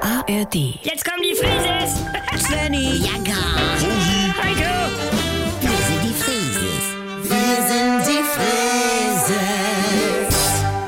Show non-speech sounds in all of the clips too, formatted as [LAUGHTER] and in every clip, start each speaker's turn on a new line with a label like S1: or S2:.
S1: ARD.
S2: Jetzt kommen die Frises!
S3: Svenny,
S4: Ja, gar.
S2: Heiko!
S4: Wir sind die Frieses. Wir sind die Frieses.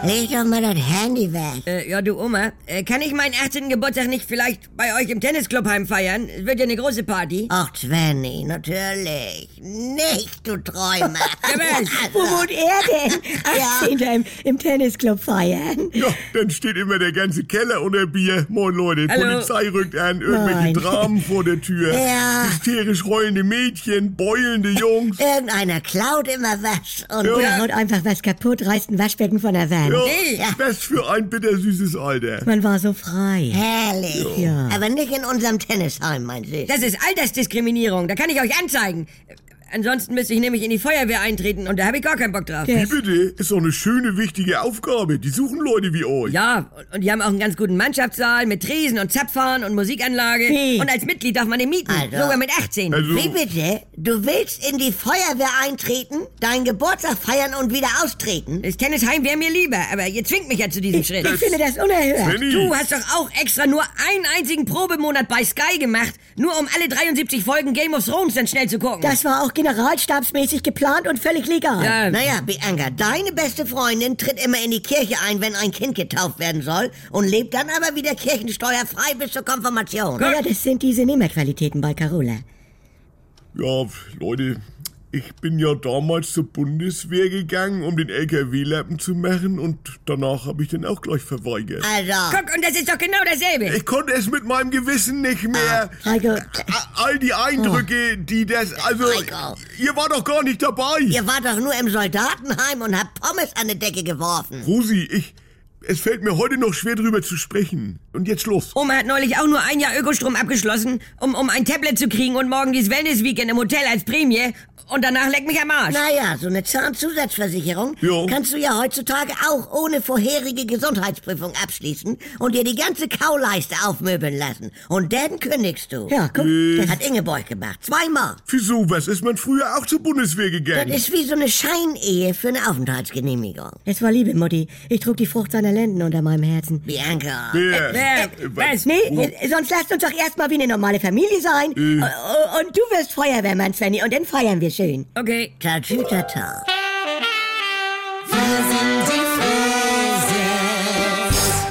S4: Leg doch mal das Handy weg.
S3: äh, ja du Oma, äh, kann ich meinen 18. Geburtstag nicht vielleicht bei euch im Tennisclub heimfeiern? Es wird ja eine große Party.
S4: Ach, Svenny, natürlich. Nicht, du
S3: [LAUGHS]
S4: Träumer.
S3: Mensch.
S1: Wo wohnt er denn? 18. Im, im Tennisclub feiern.
S5: Ja, dann steht immer der ganze Keller unter Bier. Moin Leute,
S3: Hallo.
S5: Polizei rückt an, irgendwelche
S1: Moin.
S5: Dramen vor der Tür.
S4: Ja.
S5: Hysterisch heulende Mädchen, beulende
S3: Äh,
S5: Jungs.
S4: Irgendeiner klaut immer was und
S1: Oder haut einfach was kaputt, reißt ein Waschbecken von der Wand.
S5: Ja,
S4: Ja.
S5: was für ein bittersüßes Alter.
S1: Man war so frei.
S4: herrlich.
S1: Ja.
S4: Aber nicht in unserem Tennisheim, mein Süß.
S3: Das ist Altersdiskriminierung, da kann ich euch anzeigen. Äh, ansonsten müsste ich nämlich in die Feuerwehr eintreten und da habe ich gar keinen Bock drauf.
S1: Ja.
S5: Wie bitte? Ist doch eine schöne, wichtige Aufgabe. Die suchen Leute wie euch.
S3: Ja, und- und die haben auch einen ganz guten Mannschaftssaal mit Tresen und Zapfhahn und Musikanlage.
S1: Wie?
S3: Und als Mitglied darf man den mieten,
S4: Alter.
S3: sogar mit 18.
S5: Also,
S4: Wie bitte? Du willst in die Feuerwehr eintreten, deinen Geburtstag feiern und wieder austreten?
S3: Das Tennisheim wäre mir lieber, aber ihr zwingt mich ja zu diesem Schritt.
S1: Ich finde das unerhört.
S5: Svenny,
S3: Du hast doch auch extra nur einen einzigen Probemonat bei Sky gemacht, nur um alle 73 Folgen Game of Thrones dann schnell zu gucken.
S1: Das war auch generalstabsmäßig geplant und völlig legal.
S3: ja,
S4: Naja, Bianca, deine beste Freundin tritt immer in die Kirche ein, wenn ein Kind getauft werden soll und lebt dann aber wieder kirchensteuerfrei bis zur Konfirmation.
S1: Naja, das sind diese Nehmerqualitäten bei Carola.
S5: Ja, Leute, ich bin ja damals zur Bundeswehr gegangen, um den LKW-Lappen zu machen und danach habe ich den auch gleich verweigert.
S3: Ah,
S4: Also,
S3: guck, und das ist doch genau dasselbe.
S5: Ich konnte es mit meinem Gewissen nicht mehr.
S1: Heiko,
S5: A- All die Eindrücke, die das, also,
S4: Michael.
S5: ihr war doch gar nicht dabei.
S4: ihr wart doch nur im Soldatenheim und habt Pommes an die Decke geworfen.
S5: Rosi, ich, es fällt mir heute noch schwer drüber zu sprechen. Und jetzt los.
S3: Oma hat neulich auch nur ein Jahr Ökostrom abgeschlossen, um, um ein Tablet zu kriegen und morgen dieses Wellness-Weekend im Hotel als Prämie und danach leck mich am Arsch.
S4: Naja, so eine Zahnzusatzversicherung
S5: Jo.
S4: kannst du ja heutzutage auch ohne vorherige Gesundheitsprüfung abschließen und dir die ganze Kauleiste aufmöbeln lassen. Und dann kündigst du.
S1: ja, guck.
S4: Das hat Ingeborg gemacht. Zweimal.
S5: Wieso, was ist man früher auch zur Bundeswehr
S4: Das
S5: gegangen?
S4: ist wie so eine Scheinehe für eine Aufenthaltsgenehmigung.
S1: Es war Liebe, Mutti. Ich trug die Frucht seiner Lenden unter meinem Herzen.
S4: Bianca.
S5: Wer?
S3: Äh,
S5: was?
S3: was?
S1: Nee, äh, sonst lasst uns doch erstmal wie eine normale Familie sein. Äh, Und du wirst Feuerwehrmann, Svenny, und dann feiern wir schön.
S3: Okay.
S4: Tatütata.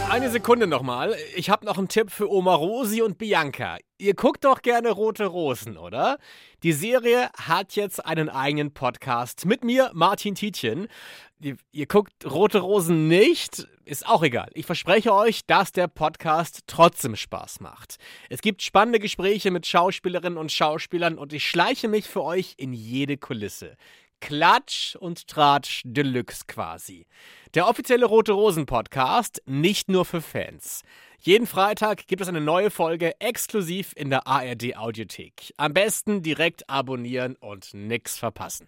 S6: Eine Sekunde nochmal. Ich habe noch einen Tipp für Oma Rosi und Bianca. Ihr guckt doch gerne Rote Rosen, oder? Die Serie hat jetzt einen eigenen Podcast mit mir, Martin Tietjen. Ihr, ihr guckt Rote Rosen nicht, ist auch egal. Ich verspreche euch, dass der Podcast trotzdem Spaß macht. Es gibt spannende Gespräche mit Schauspielerinnen und Schauspielern und ich schleiche mich für euch in jede Kulisse. Klatsch und Tratsch Deluxe quasi. Der offizielle Rote Rosen Podcast, nicht nur für Fans. Jeden Freitag gibt es eine neue Folge exklusiv in der ARD Audiothek. Am besten direkt abonnieren und nix verpassen.